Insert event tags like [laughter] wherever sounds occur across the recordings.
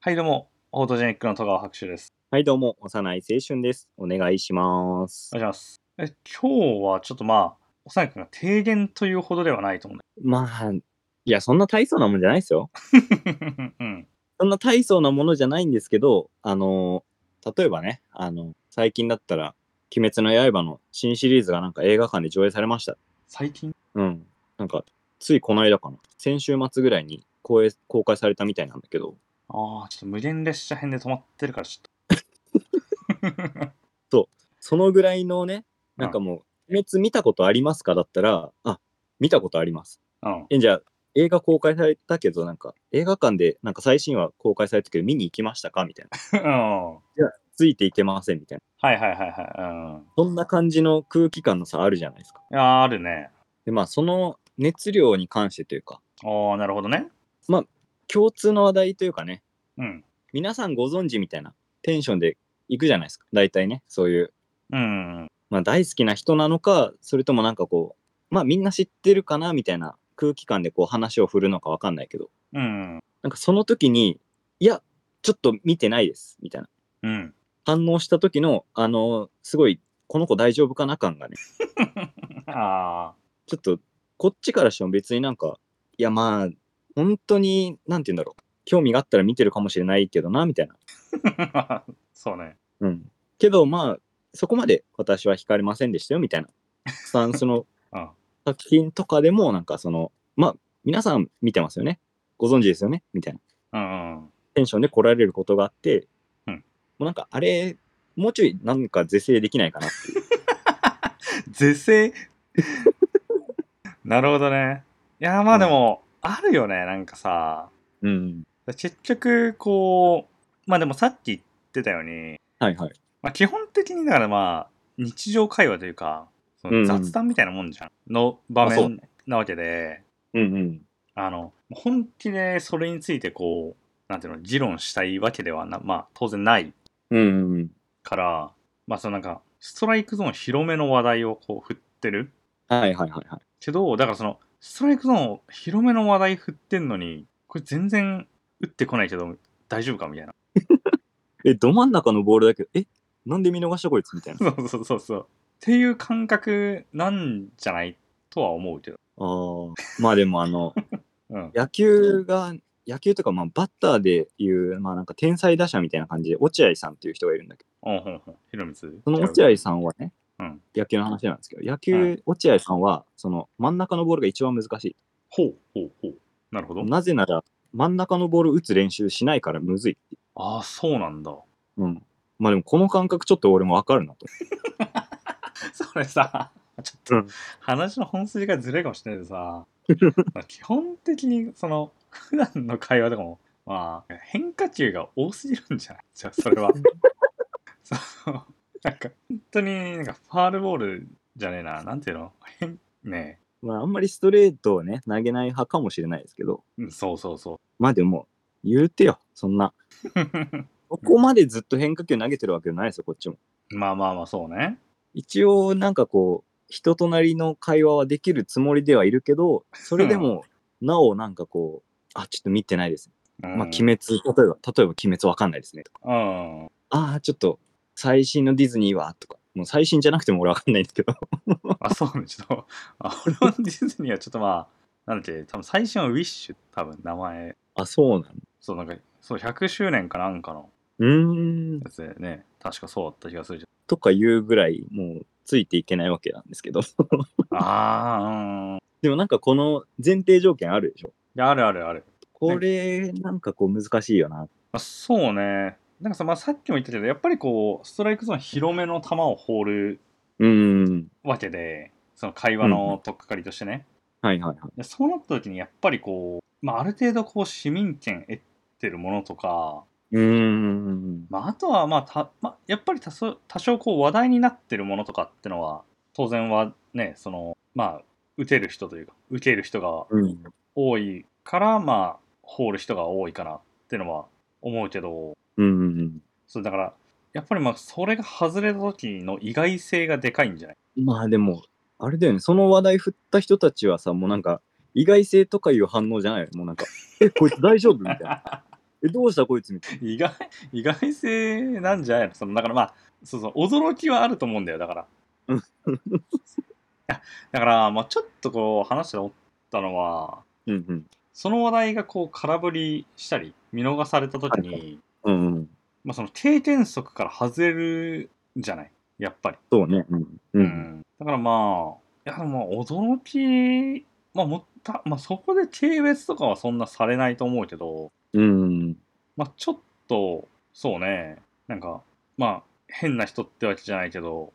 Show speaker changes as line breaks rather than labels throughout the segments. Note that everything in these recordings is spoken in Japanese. はい、どうも、フォートジェニックの戸川博士です。
はい、どうも、幼い青春です。お願いします
お。願いします。え、今日はちょっとまあ、幼い君が提言というほどではないと思
まあ、いや、そんな大層なもんじゃないですよ。
うんだけど。 [laughs] うん。
そんな大層なものじゃないんですけど、あの、例えばね、あの、最近だったら、鬼滅の刃の新シリーズがなんか映画館で上映されました。
最近
うん。なんか、ついこの間かな。先週末ぐらいに公営公開されたみたいなんだけど、
ああ、ちょっと無限列車編で止まってるから、ちょっと。
そのぐらいのね、なんかもう、鬼滅見たことありますかだったら、あ、見たことあります。
うん。
え、じゃあ、映画公開されたけど、なんか、映画館で、なんか最新話公開されたけど、見に行きましたかみたいな。
うん。は
ついていけません、みたいな。
いはいはいはい。
そんな感じの空気感の差あるじゃないですか。
うん。いやーあるね。
で、まあ、その熱量に関してというか、
ああ、なるほどね。
共通の話題というかね、
うん。
皆さんご存知みたいなテンションで行くじゃないですか。大体ね、そういう、
うん。
まあ、大好きな人なのか、それともなんかこう、まあ、みんな知ってるかな、みたいな空気感でこう話を振るのかわかんないけど、
うん。
なんかその時に、いや、ちょっと見てないです、みたいな。
うん。
反応した時のあのすごいこの子大丈夫かな感がね
ああ。
ちょっとこっちからしても別になんかいやまあ本当になんて言うんだろう興味があったら見てるかもしれないけどなみたいな
[laughs] そうね。
うんけどまあそこまで私は惹かれませんでしたよみたいなスタンスの
うん
作品とかでもなんかそのまあ皆さん見てますよねご存知ですよねみたいな
うんうん。
テンションで来られることがあって、
うん
もうなんかあれもうちょいなんか是正できないかなっていう
是正 [laughs] なるほどね。いやーまあでも、あるよね、なんかさ。
うん
結局、こう、まあでもさっき言ってたように、
はいはい
まあ基本的にだからまあ、日常会話というか、そ
うんう
の
ん
雑談みたいなもんじゃん。の場
まあそう
面なわけで、
うんうん
あの、本気でそれについてこう、なんていうの、議論したいわけではな、まあ当然ない
うんうんうん。
から、まあそのなんか、ストライクゾーン広めの話題をこう振ってる
はいはいはいはい。
けど、だからその、ストライクゾーンを広めの話題振ってんのに、これ全然打ってこないけど、大丈夫かみたいな。
え、ど真ん中のボールだけど、え、なんで見逃したこいつみたいな。
[laughs] そうそうそうそう。っていう感覚なんじゃないとは思うけど。
あーまあでもあの、
うん。
野球が、野球とか、まあバッターでいう、まあなんか天才打者みたいな感じで、落合さんっていう人がいるんだけど、
うん、ほんほん。ひろみつ。
その落合さんはね、
うん
野球の話なんですけど、野
は
球、落合さんは、その真ん中のボールが一番難しい。
ほうほうほう。なるほど。
なぜなら、真ん中のボールを打つ練習しないからむずいってい
ああ、そうなんだ。 [laughs]
う。うん。まあでも、この感覚ちょっと俺もわかるなと。
それさ、ちょ
う
っ
ん
と話の本筋がずれるかもしれないけど
[laughs]
さ、まあ基本的にその、普段の会話とかも、まあ、変化球が多すぎるんじゃないじゃあ、そ
[laughs]
れは。その、なんか、本当になんかファールボールじゃねえな、なんていうの変、ね
まああんまりストレートをね、投げない派かもしれないですけど、
え、うんそうそうそ
まあでも、言うてよ、そんな。
う。
ここまでずっと変化球投げてるわけじゃないですよ、こっちも。
まあまあまあ、そうね。
一応、なんかこう、人となりの会話はできるつもりではいるけど、それでも、なお、なんかこう、あ、ちょっと見てないです。
うん、
まあ、鬼滅、例えば、例えば、鬼滅わかんないですね。とか
うん。
ああ、ちょっと、最新のディズニーは、とか、もう最新じゃなくても俺わかんないんですけど、 [laughs]
あ、そうね、ちょっと、あ、俺はディズニーはちょっとまあ、なんだっけ、多分最初はウィッシュ、多分名前、
あ、そうなの。
そう、なんか、そう、100周年かなんかの
うーん、
やつでね、確かそうだった気がするけど。
とか言うぐらい、もう、ついていけないわけなんですけど。 [laughs]
あー、うん。い
でもなんかこの前提条件あるでしょ。
や、あるあるある。
これ、なんかこう難しいよな。
まあ、そうね。なんかさ、まあ、さっきも言ったけど、やっぱりこう、ストライクゾーン広めの球を放る
うーん。
わけで、その会話の取っかかりとしてね。
はいはいはい。
でそうなった時に、やっぱりこう、まあ、ある程度こう、市民権得てるものとか、
うーん。
まあ、あとは、まあたまあ、やっぱり多少多少こう話題になってるものとかってのは当然はねそのまあ打てる人というか受ける人が
うん、
多いからまあ放る人が多いかなってのは思うけど
うんうん
そうだからやっぱりまあそれが外れた時の意外性がでかいんじ [laughs] ゃない
うん、まあでも、あれだよね、その話題振った人た [laughs] ちはさ、もうなんか、意外性とかいう反応じゃないもうなんか、え、こいつ大丈夫みたいな。え、どうしたこいつみたいな。
意外、意外性なんじゃないのその、だからまあ、そうそう、驚きはあると思うんだよ、だから。
うん [laughs]
いやだから、まあ、ちょっとこう、話して思ったのは、
うんうん。
その話題がこう、空振りしたり、見逃された時に、
はうんうん。
まあ、その定点則から外れるじゃない、やっぱり。
そうね。うん。うん。
だからまあ、いや、でもまあ、驚き、まあ、もった、まあ、そこで軽蔑とかはそんなされないと思うけど、
うん。
まあ、ちょっと、そうね、なんか、まあ、変な人ってわけじゃないけ
[laughs]
ど、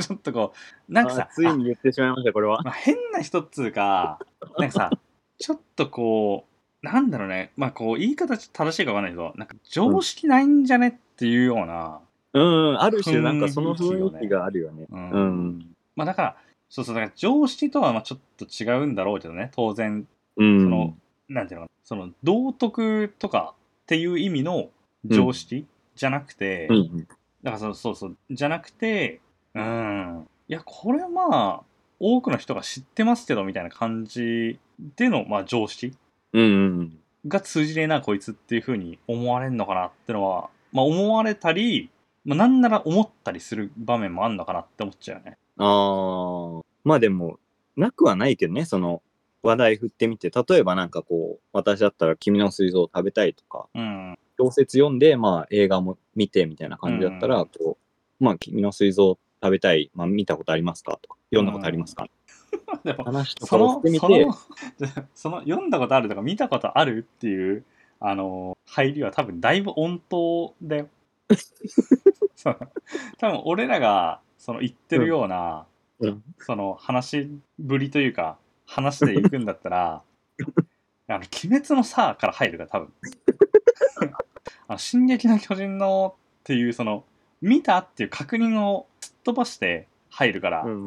ちょっとこう、なんか
あ
さ、
つい
あ
に言ってしまいました、これは。
まあ、変な人っつうか、なんかさ、ちょっとこう、なんだろうね、まあ、こう、言い方正しいかわかんないけど、なんか、常識ないんじゃねっていうような、
うんうん。ある種、な
雰
ん
囲
か
気
その
よね
雰囲気があるよね。
うん
うん。
まあ、だから、そうそう、だから常識とはまあちょっと違うんだろうけどね、当然、
うん。
その、なんていうのかなその道徳とかっていう意味の常識じゃなくて、
うんうん。
だからそのそうそうじゃなくてうんいやこれはまあ多くの人が知ってますけどみたいな感じでの、まあ、常識
うんうん。
が通じねえなこいつっていうふうに思われんのかなってのは、まあ、思われたり、まあ、なんなら思ったりする場面もあんのかなって思っちゃうよね。
ああ、まあでも、なくはないけどね、その、話題振ってみて、例えばなんかこう、私だったら君の水蔵を食べたいとか、
うん、
小説読んで、まあ映画も見てみたいな感じだったら、
う
こう、まあ君の水蔵食べたい、まあ見たことありますかとか、読んだことありますか、
でも
話とか
そ
を
の
してみ
そ
て
の、その [laughs] 読んだことあるとか見たことあるっていう、あの、入りは多分だいぶ温当だよ。 [laughs] そう多分俺らが、その言ってるような、
うん
その話ぶりというか、話で行くんだった
[laughs]
ら、あの、鬼滅のさから入るから多分。あの、進撃の巨人のっていう、その、見たっていう確認をすっ飛ばして入るから、
うん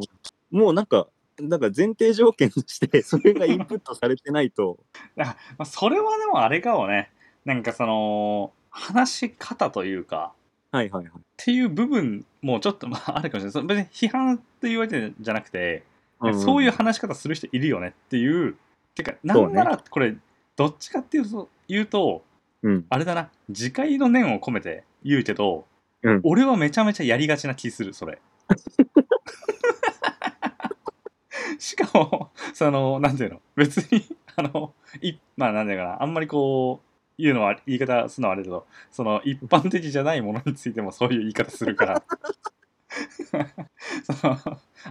もうなんか、なんか前提条件として、それがインプットされてな
[laughs]
いと、
まあ、それはでもあれかもねなんかその話し方というか
はいはいはい。
っていう部分もちょっとまああるかもしれないその別に批判っていうわけじゃなくて、そういう話し方する人いるよねっていうてかな
そうんね
ならこれどっちかっていうと言うと
うん。
あれだな自戒の念を込めて言うけど、
うん
俺はめちゃめちゃやりがちな気するそ
[laughs]
れしかもそのなんていうの別にあのいまあなんていうかなあんまりこう言うのは言い方するのはあれだけどその一般的じゃないものについてもそういう言い方するから
[laughs]
その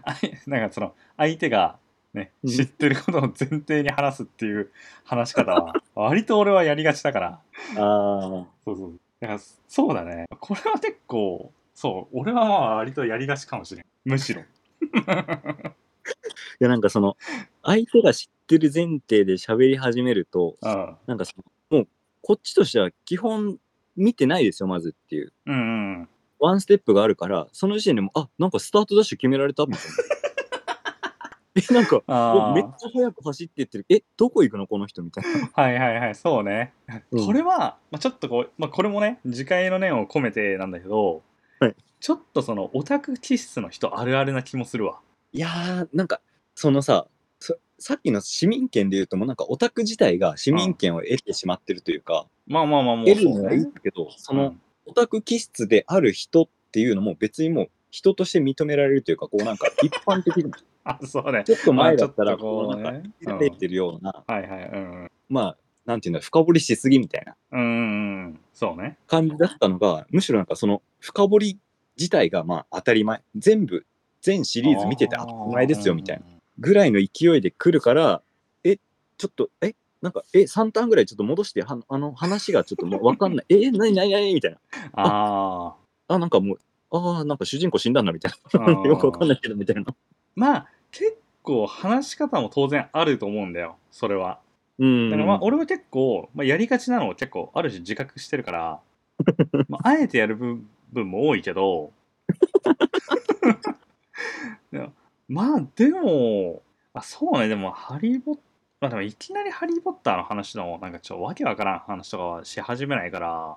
あいなんかその相手がね
うん
知ってることを前提に話すっていう話し方は割と俺はやりがちだから
ああ。
そうそう。だから、そうだね。これは結構、そう、俺はまあ割とやりがちかもしれん。むしろ。
いやなんかその相手が知ってる前提で喋り始めると
うん。
なんかそのもうこっちとしては基本見てないですよまずっていう
うんうん。
ワンステップがあるからその時点でもうあなんかスタートダッシュ決められたみたいなえなんかも
あ
うめっちゃ速く走ってってるえどこ行くのこの人みたいな、
あ。はいはいはい、そうね。
うん
これは、まあ、ちょっとこう、まあ、これもね、自戒の念を込めてなんだけど、
はい
ちょっとそのオタク気質の人あるあるな気もするわ。
いやーなんかそのさそさっきの市民権で言うともうなんかオタク自体が市民権を得てしまってるというか、
まあまあまあ、もう
得る
そ
の
う
はいい
ね
ん。だけどそ
うん
の、オタク気質である人っていうのも別にもう人として認められるというか、こうなんか一般的
[laughs]
に、
あ、そうね。
ちょっと前だった
ま
ら、
あちょっ
こ
こ
とう
う
なんか、
ね。うん
入れてるような、
はいはい、うん
まあ、なんていうんだ、深掘りしすぎみたいな
うん。うんうん。そうね。
感じだったのが、むしろなんかその深掘り自体がまあ当たり前、全部、全シリーズ見てて当たり前ですよみたいな
な。
ぐらいの勢いで来るから、え、ちょっと、え、なんか、え、3ターンぐらいちょっと戻して、はあの話がちょっともうわかんない、え、なになになにみたいな。
あ
あ、なんかもう、ああ、なんか主人公死んだんだみたい
あ
な。 [laughs] よくわかん
い
ないけど、みたいな。
まあ結構話し方も当然あると思うんだよそれは
うん。
だからまあ俺は結構、まあ、やりがちなのを結構ある種自覚してるから
[laughs]
まああえてやる部分も多いけど [laughs] いやまあでもあそうねでもハリー・ポッまあでもいきなり「ハリー・ポッター」の話のなんかちょっとわけわからん話とかはし始めないから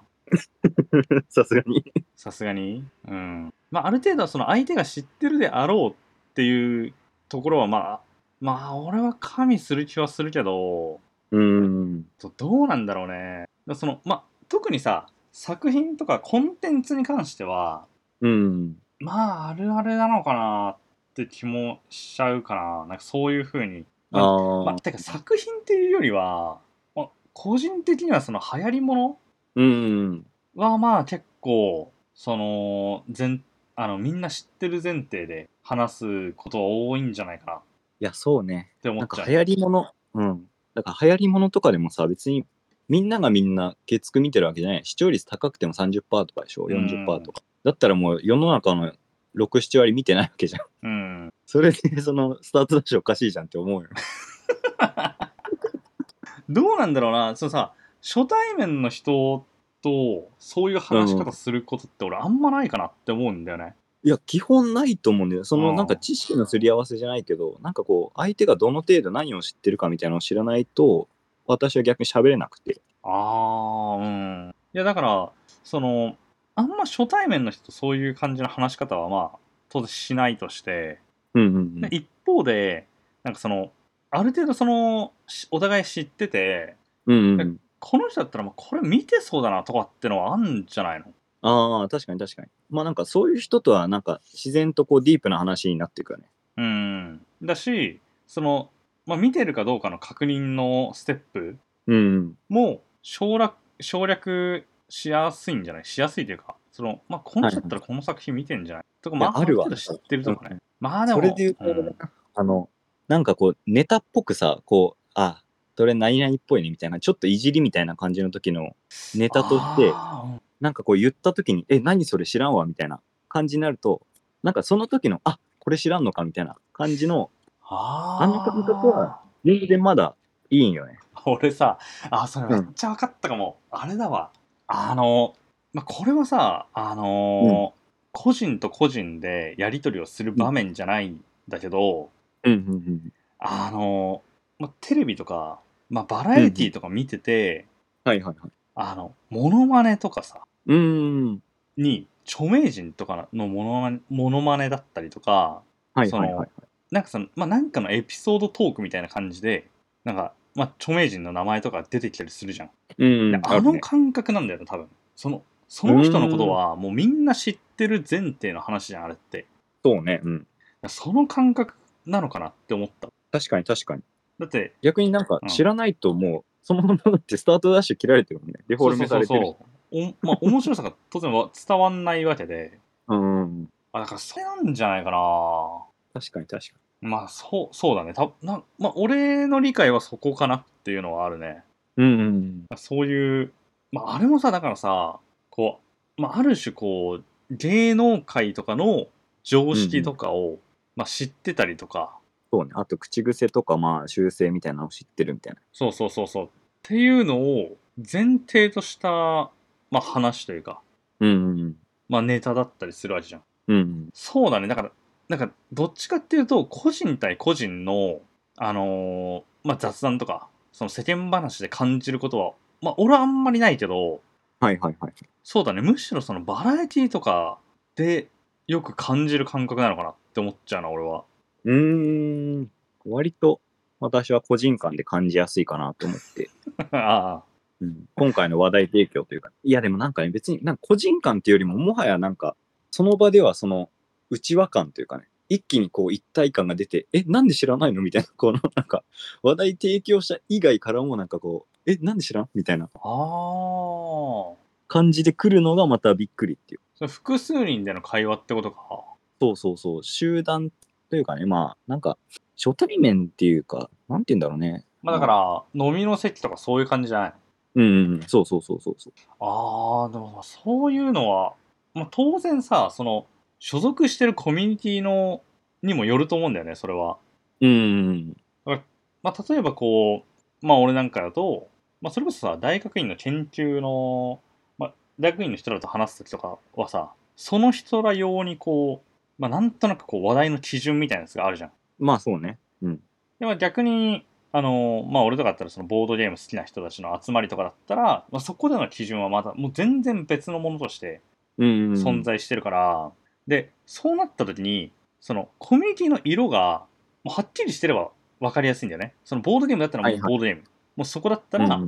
[laughs] さすがに。
さすがにうんまあある程度はその相手が知ってるであろうっていうところはまあまあ俺は加味する気はするけど
ううん。
どどうなんだろうねだそのま特にさ作品とかコンテンツに関しては
うん。
まああるあるなのかなって気もしちゃうかななんかそういう風に
あ
ま
あ
あ。てか作品っていうよりは、まあ、個人的にはその流行りもの
うん。
はまあ結構その全あのみんな知ってる前提で話すことは多いんじゃないかなっ
いや、そうね。
て思
な
っ
ん
ちゃう
か流行りもの。うん。だから流行りものとかでもさ、別にみんながみんな月9見てるわけじゃない。視聴率高くても30%とかでしょ、40%とか。だったらもう世の中の6、7割見てないわけじゃん。
うん
それで、その、スタートダッシュおかしいじゃんって思うよ。
どうなんだろうなそのさ初対面の人とそういう話し方することって俺あんまないかなって思うんだよね。
いや、基本ないと思うんだよ。そ
あ
の、
ー
なんか知識のすり合わせじゃないけど、なんかこう、相手がどの程度何を知ってるかみたいなのを知らないと、私は逆に喋れなくて。
あーうん。いやだからそのあんま初対面の人とそういう感じの話し方はまあ当然しないとして、
うんうんう
で
ん。
一方でなんかそのある程度そのしお互い知ってて
うんうん、
この人だったらまあこれ見てそうだなとかってのはあんじゃないの
ああ、確かに確かに。まあなんかそういう人とは、なんか自然とこう、ディープな話になっていくよね。
うん。だしその、まあ、見てるかどうかの確認のステップ
うん
も省略省略しやすいんじゃないしやすいというかその、まあ、この人だったらこの作品見てんじゃない、とか
い
ま
や
あ
ある
あ
わ
程度知ってるとかね、
うん
ま
う
あ
ん。
で
そ
も
れで言うと、
うん
あの、なんかこう、ネタっぽくさ、こう、あ、それ何々っぽいねみたいな、ちょっといじりみたいな感じの時のネタとして、
あ
なんかこう言った時に、え、何それ知らんわみたいな感じになると、なんかその時の、あこれ知らんのかみたいな感じの、
あ
あの感覚は全然まだいいんよね。
俺さあそれめっちゃ分かったかも、あれだわあの、まあ、これはさあのー個人と個人でやり取りをする場面じゃないんだけど、
うんうん
あのーまあ、テレビとか、まあ、バラエティーとか見てて、
うん。はいはいはい。
あのモノマネとかさ
うーん。
に著名人とかのモノマネモノマネだったりとか
はいはいはい。
なんかその、まあ、なんかのエピソードトークみたいな感じでなんか、まあ、著名人の名前とか出てきたりするじゃん。
うん
であの感覚なんだよね多分そのその人のことはもうみんな知ってる前提の話じゃんあれって
そうね。うん。
その感覚なのかなって思った
確かに確かに。
だって
逆になんか
うん
知らないともう、そのままだってスタートダッシュ切られてるもんね。デフォルメされてるし。
そうそうそうおまあ、面白さが当然は伝わんないわけで
うんうんうん。
あだからそれなんじゃないかな
確かに確かに。
まあそうそうだねたなまあ俺の理解はそこかなっていうのはあるね
うんうん
そういう、まあ、あれもさだからさこう、まあ、ある種こう芸能界とかの常識とかを、まあ、知ってたりとか
そうね。あと、口癖とか、まあ、修正みたいなのを知ってるみたいな。
そうそうそうそうっていうのを前提とした、まあ、話というか、
うんうん
まあ、ネタだったりするわけじゃん。
うん。うん
そうだねだからなんかどっちかっていうと個人対個人の、あのーまあ、雑談とかその世間話で感じることは、まあ、俺はあんまりないけど
はいはいはい。
そうだねむしろそのバラエティとかでよく感じる感覚なのかなって思っちゃうな俺は [laughs]
うーん、割と私は個人間で感じやすいかなと思って、
ああ
うん、今回の話題提供というか、いやでもなんかね、別になんか個人間っていうよりも、もはやなんか、その場ではその内輪感というかね、一気にこう一体感が出て、え、なんで知らないのみたいな、このなんか、話題提供者以外からもなんかこう、え、なんで知らんみたいな
あー
感じで来るのがまたびっくりっていう。
それ複数人での会話ってことか
そうそうそう、集団というかね、まあ、なんか、初対面っていうか、なんて言うんだろうね。
まあだから飲みの席とかそういう感じじゃない
うん、うん、そうそうそうそうそう。
あーでもまあそういうのは、まあ、当然さその所属してるコミュニティのにもよると思うんだよねそれは、
うん。
まあ、例えばこうまあ俺なんかだと、まあ、それこそさ大学院の研究の、まあ、大学院の人らと話す時とかはさその人ら用にこう、まあ、なんとなくこう話題の基準みたいなやつがあるじゃん
まあそうね。うん。
でも逆にあのまあ俺とかだったらそのボードゲーム好きな人たちの集まりとかだったら、まあ、そこでの基準はまたもう全然別のものとして
うん、
存。在してるから、でそうなった時にそのコミュニティの色がもうはっきりしてれば分かりやすいんだよねそのボードゲームだったらも
は
う
いは
ボードゲーム、もうそこだった
うん
ら、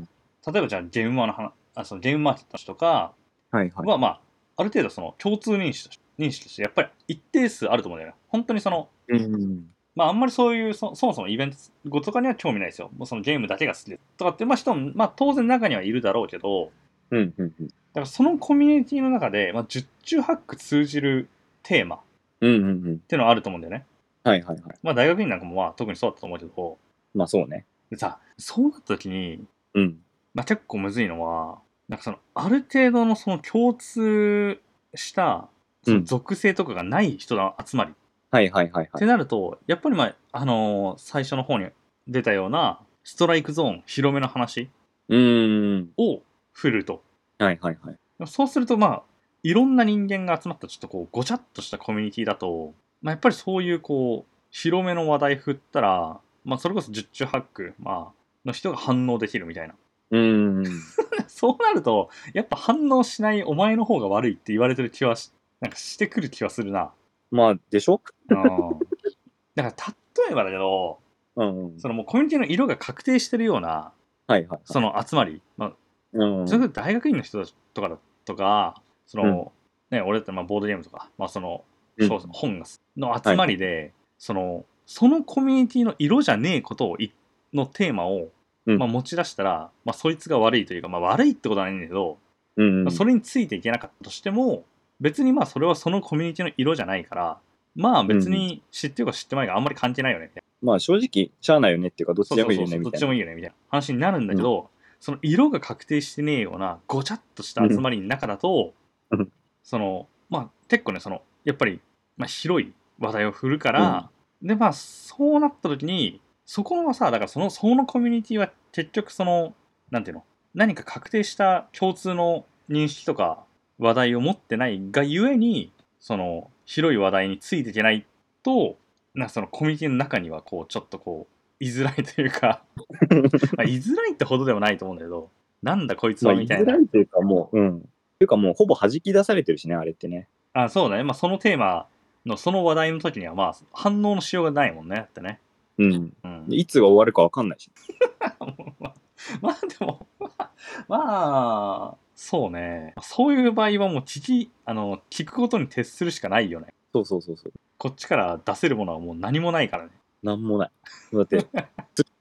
例えばじゃあゲームマーの話あそのゲームマーケットの人とか
はいはい。
は、まあ、ある程度その共通認識とし認識としてやっぱり一定数あると思うんだよね。本当にその
うん。
まあ、あんまりそういうそ、そもそもイベントごとかには興味ないですよ。もうそのゲームだけが好きですとかって、まあ、人も、まあ、当然中にはいるだろうけど、
うん。うん。うん
だからそのコミュニティの中で、まあ、十中八九通じるテーマっ
うん。うんうん。
ていうのはあると思うんだよね。
はいはいはい。
まあ、大学院なんかも、まあ、特にそうだったと思うけど、
まあそうね。
でさ、そうなった時に、
うん。
まあ、結構むずいのは、なんかその、ある程度のその共通した、その属性とかがない人の集まり
はいはいはい
っ
は
て
い。
なると、やっぱりまあ、あのー最初の方に出たような、ストライクゾーン広めの話
うーん。
を振ると。
はいはいはい。
そうするとまあ、いろんな人間が集まったちょっとこう、ごちゃっとしたコミュニティだと、まあやっぱりそういうこう、広めの話題振ったら、まあそれこそ十中八九、まあ、の人が反応できるみたいな。 [laughs]
うーん。
そうなると、やっぱ反応しないお前の方が悪いって言われてる気はし、なんかしてくる気はするな。
まあでしょ
うん。 [laughs] だから例えばだけど、
うんうん。
そのもうコミュニティの色が確定してるような、
はいはいはい。
その集まり、まあ、
うん。
それこそ大学院の人たちとかだとか、その、ね、俺だったらまあボードゲームとか、まあその、
うん
そう本がすの集まりで、その、そのコミュニティの色じゃねえことをい、のテーマを、
うん
まあ持ち出したら、まあそいつが悪いというか、まあ悪いってことはないんだけど、
うんう
ま
ん。
あそれについていけなかったとしても、別にまあそれはそのコミュニティの色じゃないから、まあ別に知ってるか知ってないかあんまり関係ないよね、
まあ正直、しゃあないよねっていうか、どっち
そう
で
そ
も
う
いい
そう
よねみ
どった
い
ち
な
も。いいよねみたいな話になるんだけど、その色が確定してねえようなごちゃっとした集まりの中だと、
うん
そのまあ結構ねそのやっぱり、まあ、広い話題を振るから、でまあそうなった時にそこはさだからそのそのコミュニティは結局そのなんていうの何か確定した共通の認識とか話題を持ってないがゆえにその広い話題についていけないとなんかそのコミュニティの中にはこうちょっとこう居づらいという
[laughs]
かまあ居づらいってほどでもないと思うんだけどなんだこいつ
まあ
は
言
み
い
た
づ
いな
らいというかもう、うん。というかもうほぼ弾き出されてるしね、あれってね。
あそうだねまあそのテーマのその話題の時にはまあ反応のしようがないもんねだってね
うん。
うん
でいつが終わるかわかんないし。
まあまあでも、 [laughs] まあ、まあ、そうね。そういう場合はもう聞き、あの、聞くことに徹するしかないよね。
そうそうそうそう。
こっちから出せるものはもう何もないからね。
なんもない。だって、 [laughs] 突っ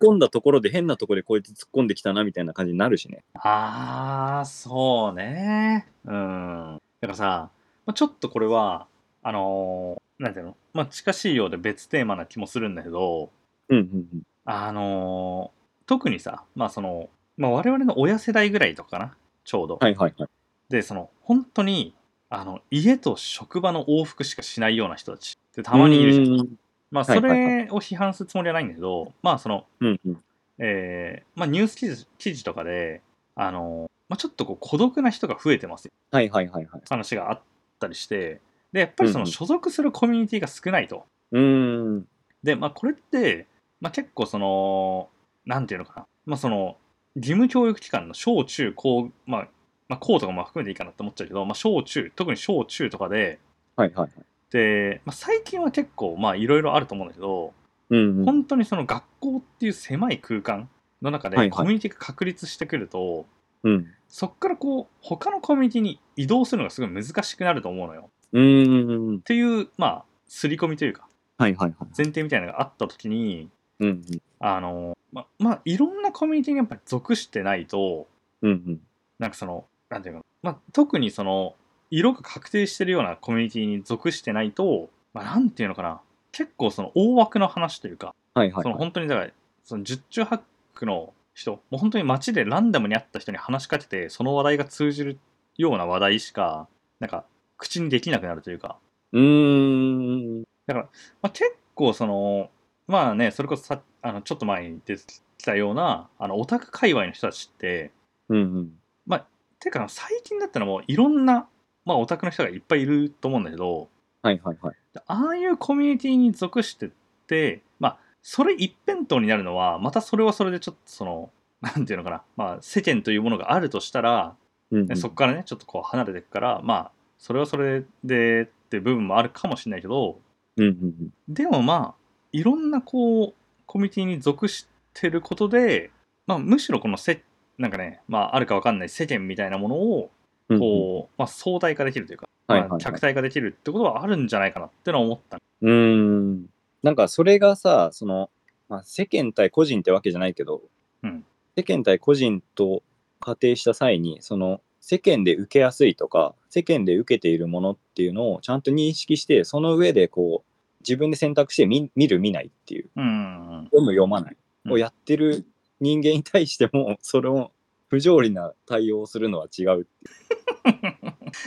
込んだところで変なところでこいつ突っ込んできたなみたいな感じになるしね。
あー、そうね。うん。だからさ、まあ、ちょっとこれは、あのーなんていうのまあ近しいようで別テーマな気もするんだけど、
うんうんうん。
あのー特にさ、まあその、まあ我々の親世代ぐらいとかかな、ちょうど。
はいはいはい。
でその本当にあの家と職場の往復しかしないような人たちってたまにいるじゃん。
うん
まあ
はい
そ
はいは
れを批判するつもりはないんだけど、まあその、
うんうん。
えーまあ、ニュース記事記事とかで、あのまあ、ちょっとこう孤独な人が増えてますよ
はいはいはいはい。
話があったりして、で、やっぱりその
うんうん
所属するコミュニティが少ないと。
うーん。
で、まあこれって、まあ結構その、なんていうのかな、まあその、義務教育機関の小中高、まあ、まあ高とかも含めていいかなって思っちゃうけど、まあ小中、特に小中とかで、
はいはいはい。
で、まあ、最近は結構まあいろいろあると思うんだけど、
うんうん。
本当にその学校っていう狭い空間の中
はいは
で
い
コミュニティが確立してくると、
うん。
そっからこう他のコミュニティに移動するのがすごい難しくなると思うのよ。
うーん
っ。ていうまあ刷り込みというか
はいはいはい。
前提みたいなのがあった時に
うんうん。
あのままあいろんなコミュニティにやっぱり属してないと
うんうん。
なんかそのなんていうかな、まあ、特にその色が確定してるようなコミュニティに属してないと、まあ、なんていうのかな結構その大枠の話というか
はいはい
その
はい。
本当にだからその十中八九の人もう本当に街でランダムに会った人に話しかけてその話題が通じるような話題しかなんか口にできなくなるというか、
うーん。
まあ、結構そのまあねそれこそさあのちょっと前に出てきたようなあのオタク界隈の人たちって
うんうん。
てか最近だったらもういろんな、まあ、オタクの人がいっぱいいると思うんだけど
はいはいはい。
ああいうコミュニティに属してって、まあ、それ一辺倒になるのは、またそれはそれでちょっとその、なんていうのかな、まあ、世間というものがあるとしたら、
うんう
ね
ん。
そこからね、ちょっとこう離れていくから、まあ、それはそれでって部分もあるかもしれないけど、
うんうん
でもまあ、いろんなこう、コミュニティに属してることで、まあ、むしろこのせなんかね、まあ、あるかわかんない世間みたいなものを
うんうん
こう、まあ、相対化できるというか、
はいはい
ま
は
あ、
い
客体化できるってことはあるんじゃないかなってのは思った
うーん。なんかそれがさ、その、まあ、世間対個人ってわけじゃないけど、
うん
世間対個人と仮定した際に、その世間で受けやすいとか、世間で受けているものっていうのをちゃんと認識して、その上でこう、自分で選択して見見る見ないっていう、
うん
読む読まない
うん
をやってる人間に対しても、それを不条理な対応をするのは違うってい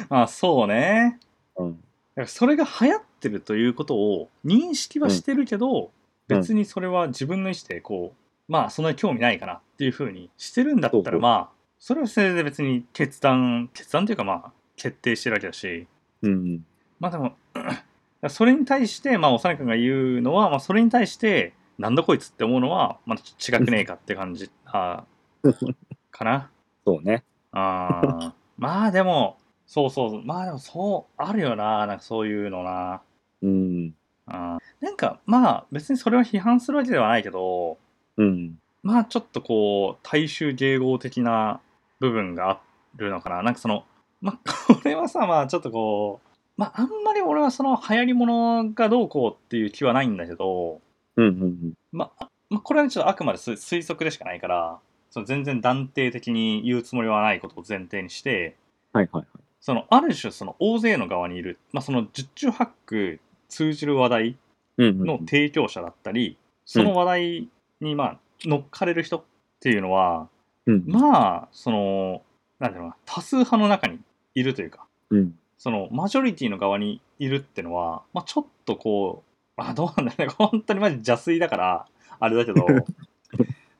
まあそうね
う。うん。
だからそれが流行ってるということを認識はしてるけど、
うん
別にそれは自分の意思でこうまあそんなに興味ないかなっていうふうにしてるんだっ
そう
た
そ
ら
う
まあそれはそれで別に決断決断というかまあ決定してるわけだし
うん。
まあでも [clears throat] それに対してまあ幼い君が言うのは、まあ、それに対してなんだこいつって思うのは、まあ、ちょっと違くねえかって感じあ
[laughs]
ーかな
そうね。
あーまあでもそうそうそうまあでもそうあるよななんかそういうのな
うん。
なんかまあ別にそれは批判するわけではないけど
うん。
まあちょっとこう大衆迎合的な部分があるのかななんかそのまあこれはさまあちょっとこうまああんまり俺はその流行り物がどうこうっていう気はないんだけど、
うん。うん。
まあ、これはちょっとあくまで推推測でしかないからその全然断定的に言うつもりはないことを前提にして
はいはいはい。
そのある種その大勢の側にいる、まあ、その十中八九通じる話題
うん、うん
の。提供者だったり、その話題にまあ乗っかれる人っていうのは、
うん。
まあそのなんていうのかな多数派の中にいるというか
うん。
そのマジョリティの側にいるってのは、まあ、ちょっとこうあどうなんだろうね本当にマジ邪推だからあれだけど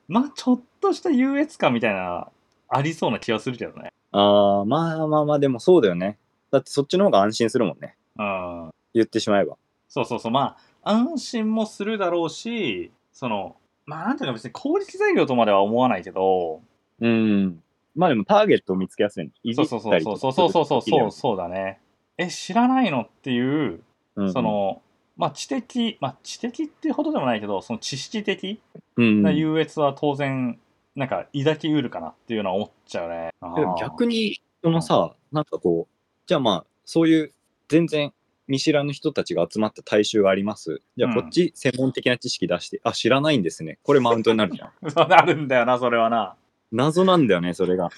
まあちょっとした優越感みたいなありそうな気はするけどね。
ああ、まあまあまあ、でもそうだよね。だってそっちの方が安心するもんね。
うん
言ってしまえば。
そうそうそうまあ安心もするだろうしそのまあなんていうか別に効率材料とまでは思わないけど
うん。まあでもターゲットを見つけやすいね。いじ
そ
っ
うそうそ
た
う
り
そ
と
う
か
そうそうそうそう
する
そうだねえ知らないのっていう
うんうん
そ、の、まあ知的まあ知的ってほどでもないけどその知識的
うん
な
うん、
優越は当然なんか抱きうるかなっていうのは思っちゃうねあ
でも
ー
逆に、そのさ、なんかこう、じゃあまあ、そういう全然見知らぬ人たちが集まった大衆があります。じゃあ
うん
こっち専門的な知識出して、あ、知らないんですね。これマウントになるじゃ
[laughs]
ん。
そうなるんだよなそれはな
謎なんだよね、それが。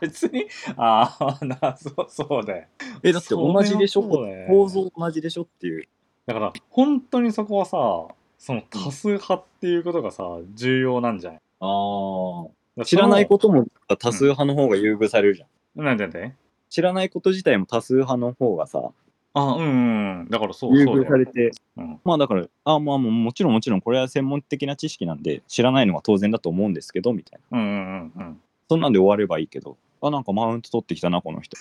別にああ [laughs] なそうそうだよ
え、だって同じでしょ、
それはそうね
構造同じでしょっていう。
だから本当にそこはさその多数派っていうことがさ重要なんじゃない
ああ。知らないことも多数派の方が優遇されるじゃん。
となんでなんで
知らないこと自体も多数派の方がさ、
あうんうんうんだからそう
優
そう
遇
だ
さ
よ
れて、
うん
まあだから、あまあもうもちろんもちろんこれは専門的な知識なんで、知らないのは当然だと思うんですけど、みたいな。
うんうんうんうん
そんなんで終わればいいけど、あ、なんかマウント取ってきたな、この人。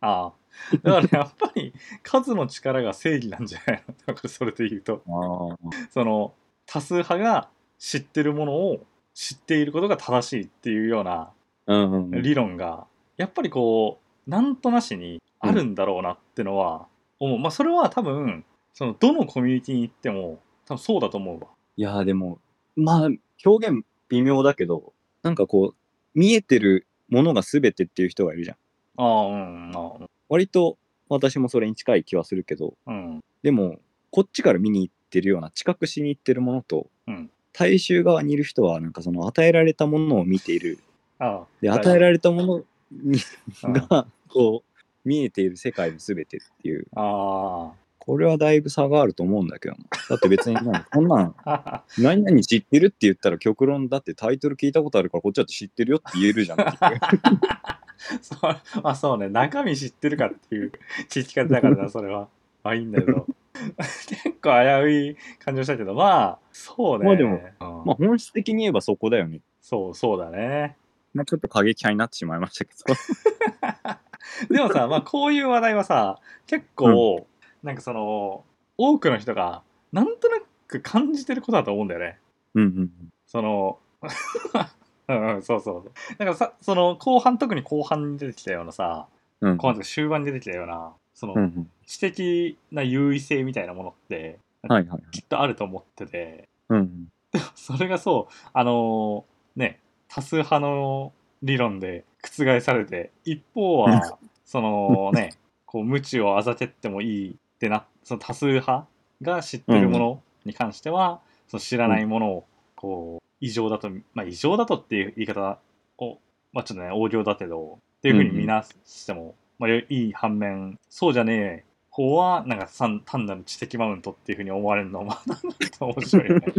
ああだからやっぱり数の力が正義なんじゃないのだからそれで言うと
ああ、
その多数派が知ってるものを知っていることが正しいっていうような
うんうんうん。
理論がやっぱりこうなんとなしにあるんだろうなってのは思う、まあそれは多分そのどのコミュニティに行っても多分そうだと思うわ
いやーでも、まあ、表現微妙だけど、なんかこう、見えてるものが全てっていう人がいるじゃん。
ああうんあ
割と私もそれに近い気はするけど、
うん
でもこっちから見に行ってるような知覚しに行ってるものと、
うん
大衆側にいる人はなんかその与えられたものを見ている
ああ
で
はい
与えられたものに
うん
[laughs] がこう見えている世界の全てっていう
あ
これはだいぶ差があると思うんだけどなだって別になんかこんなん
あ
何々知ってるって言ったら極論だってタイトル聞いたことあるからこっちだって知ってるよって言えるじゃんって [laughs] いう
[laughs] そうまあそうね中身知ってるかっていう聞き方だから
[laughs]
なそれはまあいいんだけど [laughs] 結構危うい感じをしたけどまあそうね
まあでも
うん
まあ本質的に言えばそこだよね
そうそうだね
まあちょっと過激派になってしまいましたけど
[laughs] でもさ、まあ、こういう話題はさ結構、なんかその多くの人がなんとなく感じてることだと思うんだよね。
[laughs] うんうん
その [laughs] うんうん、そうそうだからさその後半特に後半に出てきたようなさ
うんうん
後半というか終盤に出てきたようなその、
うんうん
知的な優位性みたいなものって
はいはいはい
きっとあると思ってて
うんうん
それがそう、あのーね、多数派の理論で覆されて、一方は、そのね、こう、無知をあざけってもいいってな、その多数派が知ってるものに関しては、その知らないものを、こう、異常だと、まあ、異常だとっていう言い方を、まあ、ちょっとね、横領だけど、っていうふうに見なしても、まあ、いい反面、そうじゃねえ方は、なんか単単なる知的マウントっていうふうに思われるのも、まあなんか面白いね。 [laughs]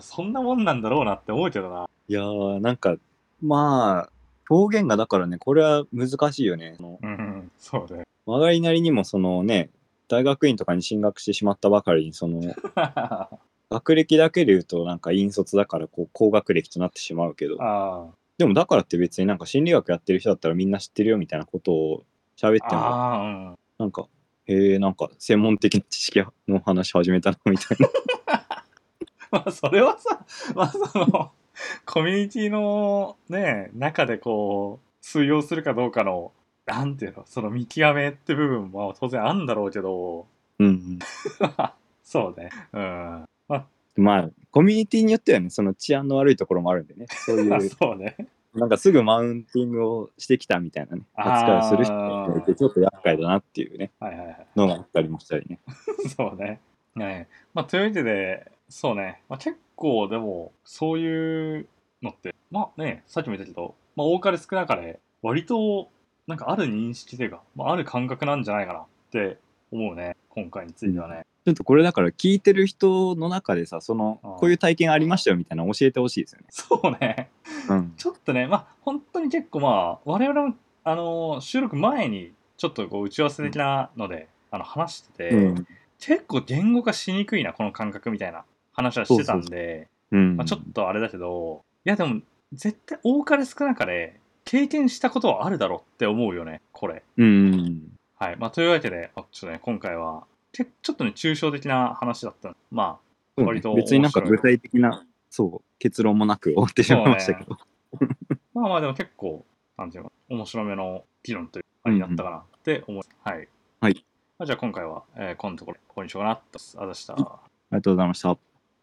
そんなもんなんだろうなって思うけどな。
いやー、なんか、まあ、表現がだからね、これは難しいよね。その
うんうん、そうね。
我がりなりにも、そのね、大学院とかに進学してしまったばかりに、その、
[laughs] あ
学歴だけで言うと、なんか引率だから、こう、高学歴となってしまうけど、
あ。
でもだからって別になんか心理学やってる人だったらみんな知ってるよみたいなことを喋っても、
ああ、うん。
なんか、へえ、なんか専門的な知識の話始めたなみたいな。
まあ、それはさ、まあ、その、コミュニティのね、中でこう、通用するかどうかの、なんていうの、その見極めって部分も当然あるんだろうけど、
うん、
そうね。うん。あ、
うん。まあ、コミュニティによってはね、その治安の悪いところもあるんでね、そうい
[laughs]
う、
そうね。
なんかすぐマウンティングをしてきたみたいなね、扱いをする人
あー
がいて、ちょっと厄介だなっていうね、
はいはいはい。
のがあったりもしたりね。
そうね。ねまあ、というわけで、そうね。まあ、結構でも、そういうのって、まあね、さっきも言ったけど、まあ、多かれ少なかれ、割と、なんかある認識というか、まあ、ある感覚なんじゃないかなって思うね。今回についてはね。
ちょっとこれだから聞いてる人の中でさ、その、
あー
こういう体験ありましたよみたいなの教えてほしいですよね。
そうね。
うん。
ちょっとね、まあ、本当に結構まあ、我々も、あのー収録前に、ちょっとこう、打ち合わせ的なので、あの、話してて、
うん
結構言語化しにくいな、この感覚みたいな話はしてたんで、
そうそうん
まあ、ちょっとあれだけど、いやでも絶対多かれ少なかれ経験したことはあるだろうって思うよねこれ。
うん。
はいまあ、というわけであちょっとね今回はけちょっとね抽象的な話だったま
そうね
割と
別になんか具体的なそう結論もなく終わってしまいましたけど、
あまあまあでも結構なんていうの面白めの議論というかになったかなって思う、はい、
はい
まあ、じゃあ今回は、えー、このところここにしようかなとあざした。
ありがとうございました。